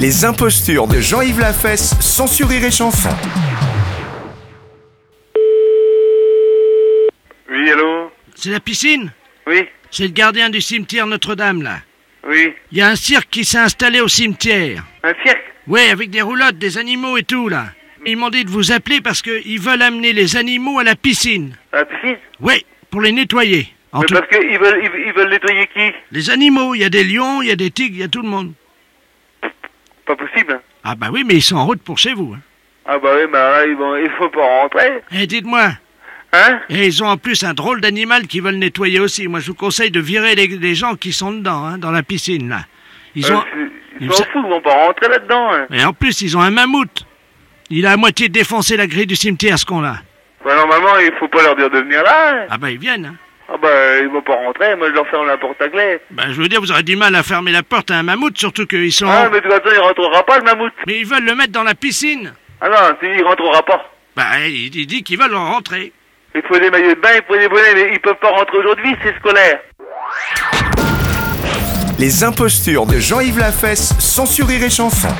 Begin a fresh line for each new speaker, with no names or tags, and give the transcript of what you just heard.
Les impostures de Jean-Yves Lafesse, sans sourire et chanson.
Oui, allô
C'est la piscine
Oui,
C'est le gardien du cimetière Notre-Dame, là.
oui.
Il y a un cirque qui s'est installé au cimetière.
Un cirque
Ouais, avec des roulottes, des animaux et tout, là. Ils m'ont dit de vous appeler parce qu'ils veulent amener les animaux à la piscine.
À la piscine
Ouais, pour les nettoyer. En
Mais
tout-
parce qu'ils veulent, ils, ils veulent nettoyer qui
Les animaux, il y a des lions, il y a des tigres, il y a tout le monde.
Pas possible.
Ah bah oui, mais ils sont en route pour chez vous. hein.
Ah bah oui, bah là, ils vont, il faut pas rentrer.
Eh, dites-moi,
Hein
et ils ont en plus un drôle d'animal qu'ils veulent nettoyer aussi. Moi, je vous conseille de virer les, les gens qui sont dedans, hein, dans la piscine, là. Ils ont...
Euh, c'est-
ils
Ils s'en
sa-
foutent, ils vont pas rentrer là-dedans. hein.
Et en plus, ils ont un mammouth. Il a à moitié défoncé la grille du cimetière, ce qu'on a.
Bah normalement, il faut pas leur dire de venir là. hein.
Ah bah ils viennent. Hein.
Ah bah, ils vont pas rentrer, moi je leur ferme la porte à clé.
Bah je veux dire, vous aurez du mal à fermer la porte à un mammouth, surtout qu'ils sont...
Ah, mais de toute façon, il rentrera pas, le mammouth.
Mais ils veulent le mettre dans la piscine.
Ah non, c'est- il rentrera pas.
Bah il, il dit qu'ils veulent en rentrer.
Il faut des maillots de bain, il faut des bonnets, mais ils peuvent pas rentrer aujourd'hui, c'est scolaire.
Les impostures de Jean-Yves Lafesse, sans sourire et chanson.